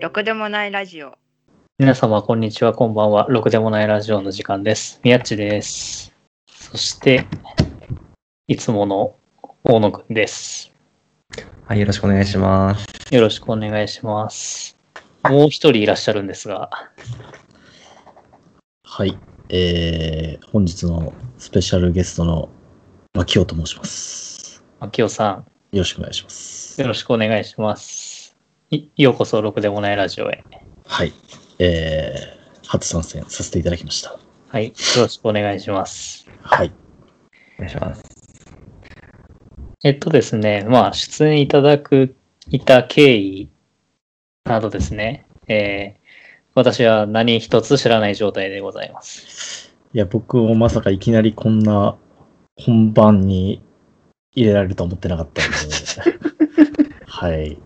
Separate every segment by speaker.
Speaker 1: ろくでもないラジオ
Speaker 2: 皆様、こんにちは、こんばんは。ろくでもないラジオの時間です。みやっちです。そして、いつもの大野くんです。
Speaker 3: はい、よろしくお願いします。
Speaker 2: よろしくお願いします。もう一人いらっしゃるんですが、
Speaker 4: はい、えー、本日のスペシャルゲストの牧尾と申します。
Speaker 2: 秋尾さ
Speaker 4: よろしくお願いします
Speaker 2: ん、。よろしくお願いします。いようこそ、ろくでもないラジオへ。
Speaker 4: はい、えー、初参戦させていただきました。
Speaker 2: はい、よろしくお願いします。
Speaker 4: はい、
Speaker 3: お願いします。
Speaker 2: えっとですね、まあ、出演いただく、いた経緯などですね、えー私は何一つ知らない状態でございます。
Speaker 4: いや、僕もまさかいきなりこんな本番に入れられると思ってなかったので、はい。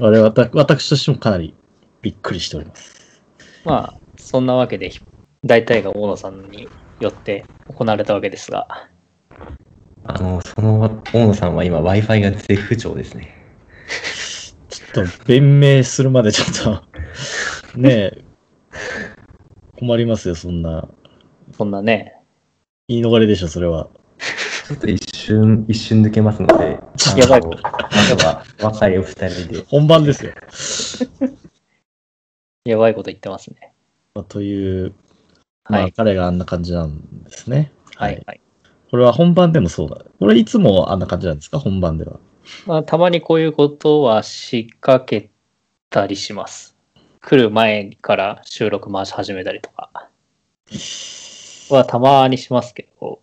Speaker 4: あれわた私としてもかなりびっくりしております。
Speaker 2: まあ、そんなわけで、大体が大野さんによって行われたわけですが、
Speaker 3: あの、その、大野さんは今 Wi-Fi が絶不調ですね。
Speaker 4: ちょっと弁明するまでちょっと、ねえ、困りますよ、そんな。
Speaker 2: そんなね、
Speaker 4: 言い逃れでしょ、それは。
Speaker 3: ちょっと一瞬、一瞬抜けますので、
Speaker 2: やばい
Speaker 3: あのまずは若いお二人で。
Speaker 4: 本番ですよ。
Speaker 2: やばいこと言ってますね。
Speaker 4: まあという、ま
Speaker 2: は
Speaker 4: あ、
Speaker 2: い。
Speaker 4: 彼があんな感じなんですね。
Speaker 2: はい。はい。
Speaker 4: これは本番でもそうだ。これいつもあんな感じなんですか、本番では。
Speaker 2: まあ、たまにこういうことは仕掛けたりします。来る前から収録回し始めたりとかはたまにしますけど、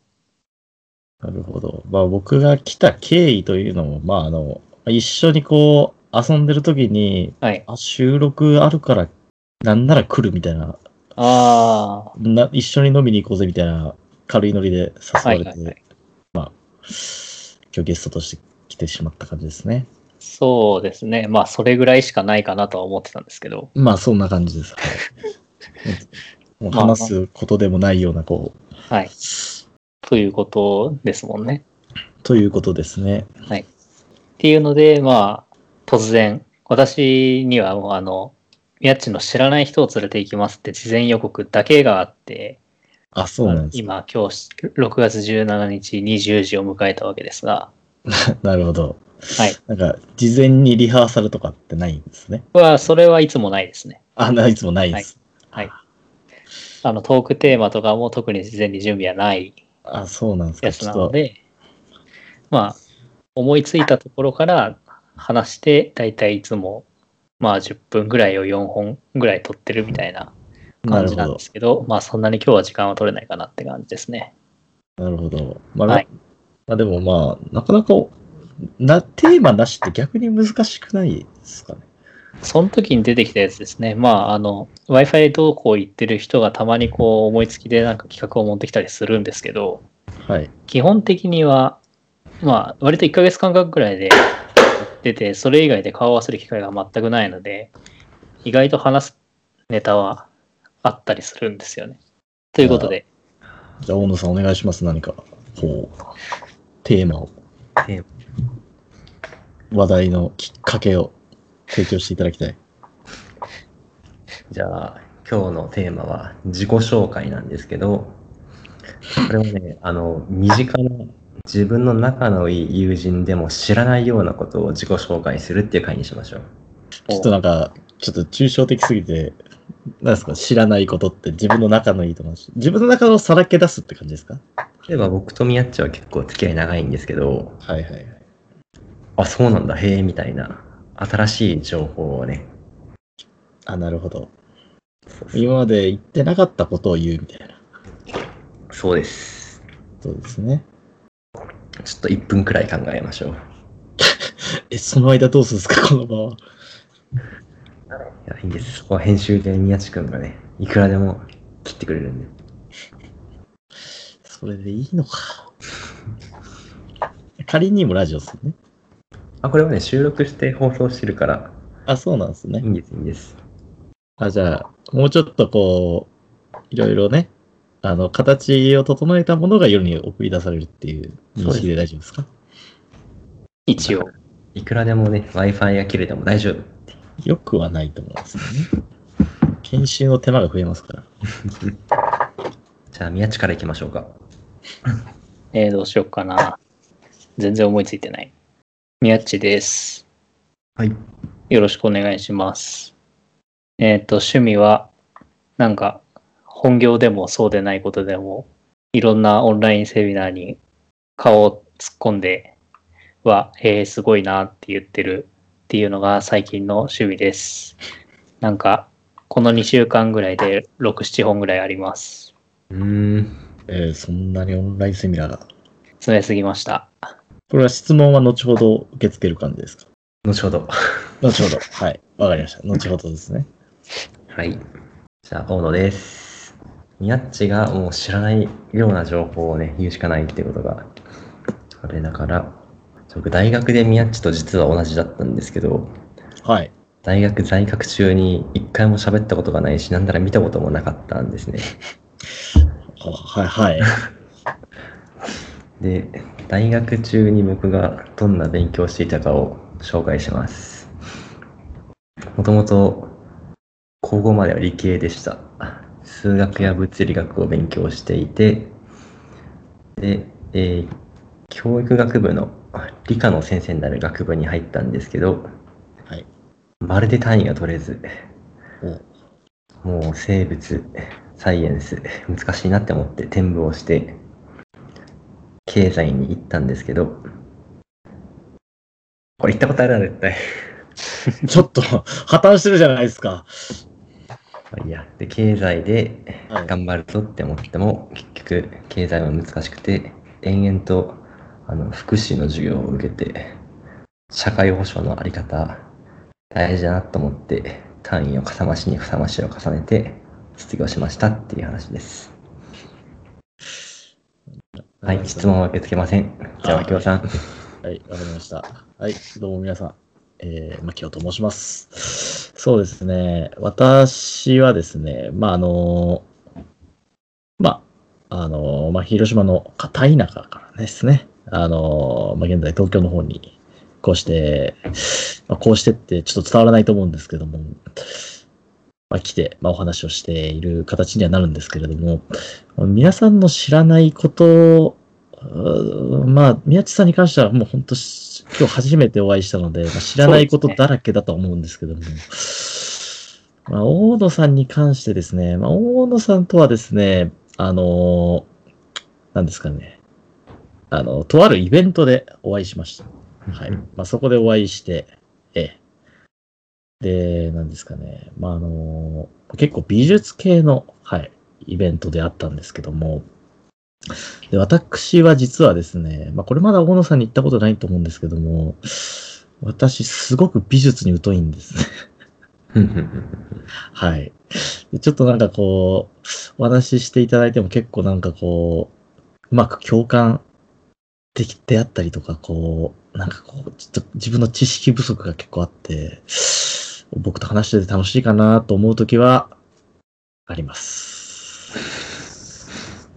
Speaker 4: なるほど。まあ僕が来た経緯というのも、まああの、一緒にこう、遊んでる時に、
Speaker 2: はい。
Speaker 4: あ、収録あるから、なんなら来るみたいな
Speaker 2: あ
Speaker 4: な、一緒に飲みに行こうぜみたいな軽いノリで
Speaker 2: あ、は
Speaker 4: 誘わ
Speaker 2: い
Speaker 4: れて、
Speaker 2: はいはい。
Speaker 4: 今日ゲストとして来てしまった感じですね。
Speaker 2: そうですね。まあ、それぐらいしかないかなとは思ってたんですけど、
Speaker 4: まあそんな感じで す。はい、もう話すことでもないような、こう、
Speaker 2: はい。ということですもんね。
Speaker 4: ということですね。
Speaker 2: っていうので、まあ、突然、私にはもうあの、宮地の知らない人を連れて行きますって事前予告だけがあって、
Speaker 4: あ、そうなんです。
Speaker 2: 今、今日、6月17日20時を迎えたわけですが、
Speaker 4: なるほど。
Speaker 2: はい。
Speaker 4: なんか、事前にリハーサルとかってないんですね。
Speaker 2: は、それはいつもないですね。
Speaker 4: あ、ないつもないです。
Speaker 2: あの、トークテーマとかも特に事前に準備はない
Speaker 4: あ、そうなんですか。
Speaker 2: やつ
Speaker 4: ちょ
Speaker 2: な
Speaker 4: っ
Speaker 2: の
Speaker 4: と、
Speaker 2: で、まあ、思いついたところから話して、だいたいいつも、まあ、10分ぐらいを4本ぐらい撮ってるみたいな
Speaker 4: な
Speaker 2: 感
Speaker 4: る
Speaker 2: じ
Speaker 4: ほ
Speaker 2: なん
Speaker 4: ど
Speaker 2: で。すけど、まあそんなに今日は時間は取れないかなって感じですね。
Speaker 4: なるほど。まあ、
Speaker 2: はい
Speaker 4: まあでもまあ、なかなか、な、テーマなしって逆に難しくないですかね。
Speaker 2: その時に出てきたやつですね。まああの、Wi-Fi どうこう言ってる人がたまにこう思いつきでなんか企画を持ってきたりするんですけど、
Speaker 4: はい。
Speaker 2: 基本的には、まあ割と1ヶ月間隔ぐらいで出て、それ以外で顔を合わせる機会が全くないので、意外と話すネタはあったりするんですよね。ということで、
Speaker 4: じゃあ、大野さんお願いします。何か、こう、テーマを、
Speaker 3: テー
Speaker 4: 話題のきっかけを提供していただきたい。
Speaker 3: じゃあ、今日のテーマは自己紹介なんですけど、これはね、あの、身近な自分の仲のいい友人でも知らないようなことを自己紹介するっていう回にしましょう。
Speaker 4: ちょっとなんか、ちょっと抽象的すぎて、なんですか、知らないことって自分の仲のいい友達。自分の中をさらけ出すって感じですか
Speaker 3: 例えば僕とみやっちは結構付き合い長いんですけど、
Speaker 4: はいはいはい。
Speaker 3: あ、そうなんだ、へえ、みたいな、新しい情報をね、
Speaker 4: あ、なるほど。今まで言ってなかったことを言うみたいな。
Speaker 3: そうです。
Speaker 4: そうですね。
Speaker 3: ちょっと1分くらい考えましょう。い
Speaker 4: え、その間どうするんですか、この場は。
Speaker 3: や、いいんです。そこは編集で宮地くんがね、いくらでも切ってくれるんで。
Speaker 4: それでいいのか。 仮にもラジオでするね。
Speaker 3: あ、これはね、収録して放送してるから、
Speaker 4: あ、そうなんです
Speaker 3: い
Speaker 4: ね
Speaker 3: い。んです、いいんです。
Speaker 4: あ、じゃあ、もうちょっとこう、いろいろね、あの、形を整えたものが世に送り出されるっていう認識で大丈夫ですか
Speaker 2: 一応。
Speaker 3: いくらでもね、Wi-Fi が切れても大丈夫。
Speaker 4: よくはないと思いますね。研修の手間が増えますから。
Speaker 3: じゃあ、宮地から行きましょうか。
Speaker 2: えー、どうしようかな。全然思いついてない。宮地です。
Speaker 3: はい。
Speaker 2: よろしくお願いします。えっ、と、趣味は、なんか、本業でもそうでないことでも、いろんなオンラインセミナーに顔を突っ込んでは、えー、すごいなって言ってるっていうのが最近の趣味です。なんか、この2週間ぐらいで6、7本ぐらいあります。
Speaker 3: うーん。
Speaker 4: えーそんなにオンラインセミナーが。
Speaker 2: 詰めすぎました。
Speaker 4: これは質問は後ほど受け付ける感じですか
Speaker 3: 後ほど。
Speaker 4: 後ほど。はい。わかりました。後ほどですね。
Speaker 3: はい。じゃあ、大野です。宮っちがもう知らないような情報をね、言うしかないってことが、あれだから、僕、大学で宮っちと実は同じだったんですけど、
Speaker 4: はい。
Speaker 3: 大学在学中に一回も喋ったことがないし、なんなら見たこともなかったんですね。
Speaker 4: あはい、はい。
Speaker 3: で、大学中に僕がどんな勉強をしていたかを紹介します。もともと、高校までは理系でした。数学や物理学を勉強していて、で、えー教育学部の理科の先生になる学部に入ったんですけど、
Speaker 4: はい
Speaker 3: まるで単位が取れず、
Speaker 4: うん
Speaker 3: もう生物、サイエンス、難しいなって思って転部をして、経済に行ったんですけど、これ行ったことあるな、絶対。
Speaker 4: ちょっと 破綻してるじゃないですか。
Speaker 3: まあいいや、で、経済で
Speaker 4: はい
Speaker 3: 頑張るぞって思っても、結局、経済は難しくて、延々と、あの、福祉の授業を受けて、社会保障のあり方、大事だなと思って、単位をかさ増しにかさ増しを重ねて、卒業しましたっていう話です。はい、質問は受け付けません。じゃあ、
Speaker 4: あ
Speaker 3: 脇尾さん。
Speaker 4: はい、わかりました。はい、どうも皆さん。えー、マキオと申します。そうですね、私はですね、まあ、あの、まあ、あの、まあ、広島の片田舎からですね、あの、まあ、現在東京の方に、こうして、まあ、こうしてってちょっと伝わらないと思うんですけども、まあ、来て、まあ、お話をしている形にはなるんですけれども、皆さんの知らないことをうーまあ、宮地さんに関してはもう本当し、今日初めてお会いしたので、まあ知らないことだらけだとは思うんですけども、まあ、大野さんに関してですね、まあ、大野さんとはですね、あのーなんですかね、あの、とあるイベントでお会いしました。はい。まあ、そこでお会いして、ええ。で、なんですかね。まあ、あの、結構美術系の、はい、イベントであったんですけども、で、私は実はですね、まあ、これまだ大野さんに言ったことないと思うんですけども、私、すごく美術に疎いんですね。はい。でちょっとなんかこう、お話ししていただいても結構なんかこう、うまく共感できてあったりとか、こう、なんかこう、ちょっと自分の知識不足が結構あって、僕と話してて楽しいかなと思うときは、あります。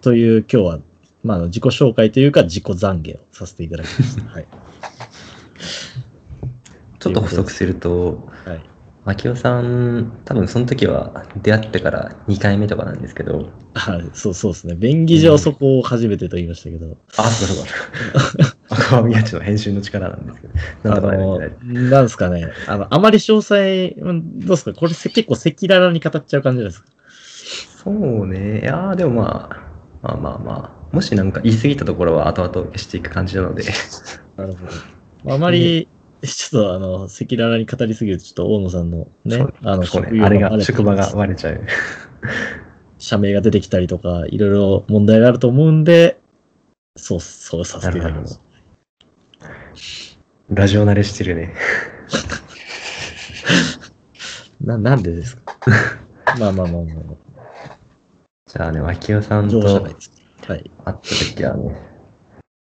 Speaker 4: という、今日は、まああの、自己紹介というか、自己懺悔をさせていただきました。はい。
Speaker 3: ちょっと補足すると、
Speaker 4: はい。
Speaker 3: 牧尾さん、多分その時は出会ってから2回目とかなんですけど、
Speaker 4: あそうそうですね。便宜上そこを初めてと言いましたけど、
Speaker 3: あ、そうかそう か。赤宮地の編集の力なんですけど、なん
Speaker 4: あ
Speaker 3: とか
Speaker 4: の
Speaker 3: なる、
Speaker 4: なんですかね。あの、あまり詳細、うんどうですかこれせ結構赤裸々に語っちゃう感じですか
Speaker 3: そうね。いやーでもまあ、まあまあまあ、もしなんか言い過ぎたところは後々消していく感じなので、
Speaker 4: なるほど。あまり、ちょっとあの、赤裸々に語りすぎると、ちょっと大野さんのね
Speaker 3: そう、
Speaker 4: あの、
Speaker 3: そう
Speaker 4: 職業
Speaker 3: ね、あれ
Speaker 4: の
Speaker 3: が、
Speaker 4: れ
Speaker 3: 職場が割れちゃう。
Speaker 4: 社名が出てきたりとか、いろいろ問題があると思うんで、そう、そうさせていただきます。
Speaker 3: ラジオ慣れしてるね。
Speaker 4: な、なんでですか まあまあまあまあま
Speaker 3: じゃあね、牧尾さ
Speaker 4: あ、
Speaker 3: ん
Speaker 4: 情報社
Speaker 3: と
Speaker 4: 会です。はい。
Speaker 3: 会った時はね、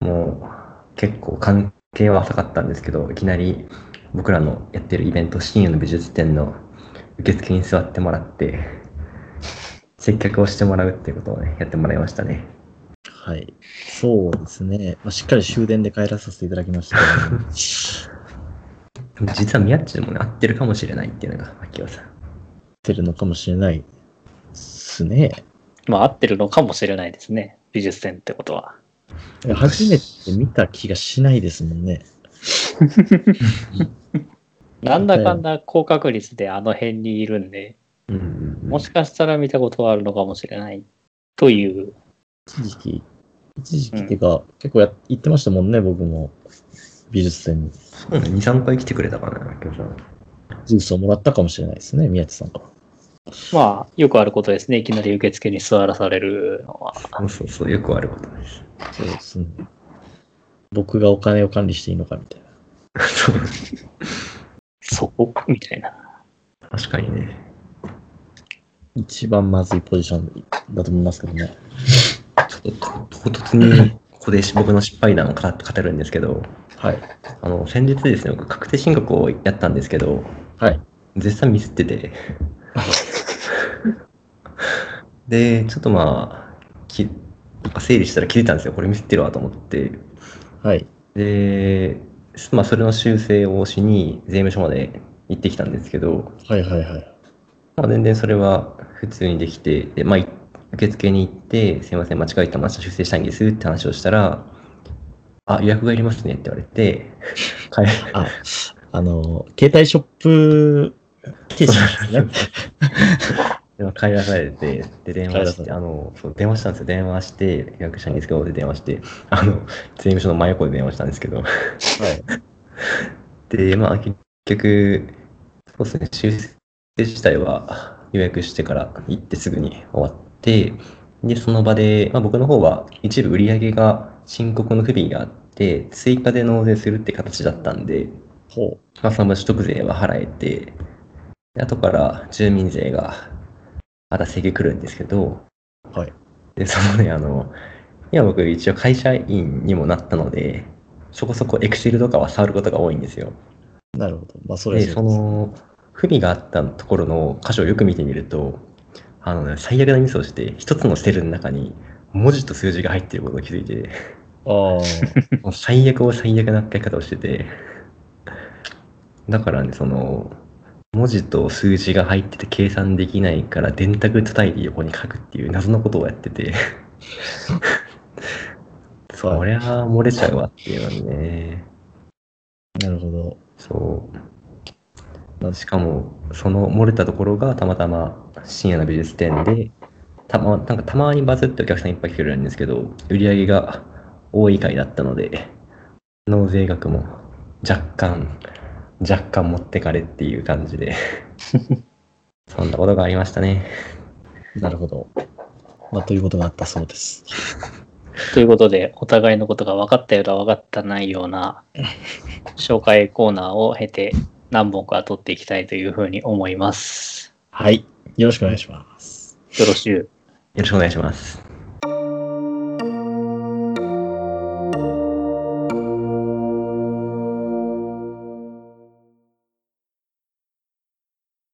Speaker 3: もう結構関係は浅かったんですけど、いきなり僕らのやってるイベント、深夜の美術展の受付に座ってもらって、接客をしてもらうっていうことをね、やってもらいましたね。
Speaker 4: はい。そうですね。まあ、しっかり終電で帰らさせていただきましたけども。
Speaker 3: 実はミヤッチでもね、合ってるかもしれないっていうのが、秋葉さん。
Speaker 4: てるのかもしれないですね。
Speaker 2: まあ合ってるのかもしれないですね。美術展ってことは。
Speaker 4: 初めて見た気がしないですもんね。
Speaker 2: なんだかんだ高確率であの辺にいるんで、
Speaker 3: うんうんうん
Speaker 2: もしかしたら見たことはあるのかもしれない。という。
Speaker 4: 一時期、一時期っていうか、結構や行ってましたもんね、僕も。美術展に
Speaker 3: そうね、2、3回来てくれたかな、秋葉さん。
Speaker 4: ジュースをもらったかもしれないですね、宮地さんから。
Speaker 2: まあ、よくあることですね。いきなり受付に座らされるのは。
Speaker 3: そうそうそう、よくあることです。
Speaker 4: そうですね。僕がお金を管理していいのかみたいな。
Speaker 3: そう
Speaker 2: そこかみたいな。
Speaker 3: 確かにね。
Speaker 4: 一番まずいポジションだと思いますけどね。
Speaker 3: ちょっと唐突に、ここで僕の失敗談を語語るんですけど、
Speaker 4: はい。
Speaker 3: あの、先日ですね、僕、確定申告をやったんですけど、
Speaker 4: はい。
Speaker 3: 絶賛ミスってて。で、ちょっとまあ、きなんか整理したら気づいたんですよ。これミスってるわと思って。
Speaker 4: はい。
Speaker 3: で、まあ、それの修正をしに税務署まで行ってきたんですけど、
Speaker 4: はいはいはい。
Speaker 3: まあ、全然それは普通にできて、でまあ、い受付に行って、すいません、間違えた、また修正したいんですって話をしたら、あ、予約がいりますねって言われて、 帰
Speaker 4: あ、あの、携帯ショップ形式ですね。
Speaker 3: でまあ帰らされて、で、電話し
Speaker 4: 帰らされ
Speaker 3: て、
Speaker 4: て
Speaker 3: あの、そう、電話したんですよ。電話して、予約したんですけど、で、電話して、あの、税務署の真横で電話したんですけど、
Speaker 4: はい。
Speaker 3: で、まあ、結局、そうですね、修正自体は予約してから行ってすぐに終わって、で、その場で、まあ、僕の方は一部売り上げが申告の不備があって、追加で納税するって形だったんで、
Speaker 4: ほ
Speaker 3: まあ、その分所得税は払えて、で後から住民税がまた請求来るんですけど、
Speaker 4: はい。
Speaker 3: で、そのね、あの、今僕一応会社員にもなったので、そこそこエクセルとかは触ることが多いんですよ。
Speaker 4: う。なるほど。まあ、それ
Speaker 3: で、
Speaker 4: は
Speaker 3: そ
Speaker 4: そうです。
Speaker 3: の、不備があったところの箇所をよく見てみると、あのね、最悪なミスをして、一つのセルの中に文字と数字が入ってることを気づいて、
Speaker 4: あ
Speaker 3: もう最悪を最悪な書き方をしてて、だからね、その、文字と数字が入ってて計算できないから電卓叩いて横に書くっていう謎のことをやってて、そりゃあ漏れちゃうわっていうのはね、
Speaker 4: あ、なるほど。
Speaker 3: そう。しかも、その漏れたところがたまたま深夜の美術展で、たまなんかたまにバズってお客さんいっぱい来てくれるんですけど、売り上げが多い回だったので、納税額も若干、若干持ってかれっていう感じで、 そんなことがありましたね。
Speaker 4: なるほど。まあ、ということがあったそうです。
Speaker 2: ということで、お互いのことが分かったような分かったないような紹介コーナーを経て何本か取っていきたいというふうに思います。
Speaker 4: はい。よろしくお願いします。
Speaker 2: よろしゅう。
Speaker 3: よろしくお願いします。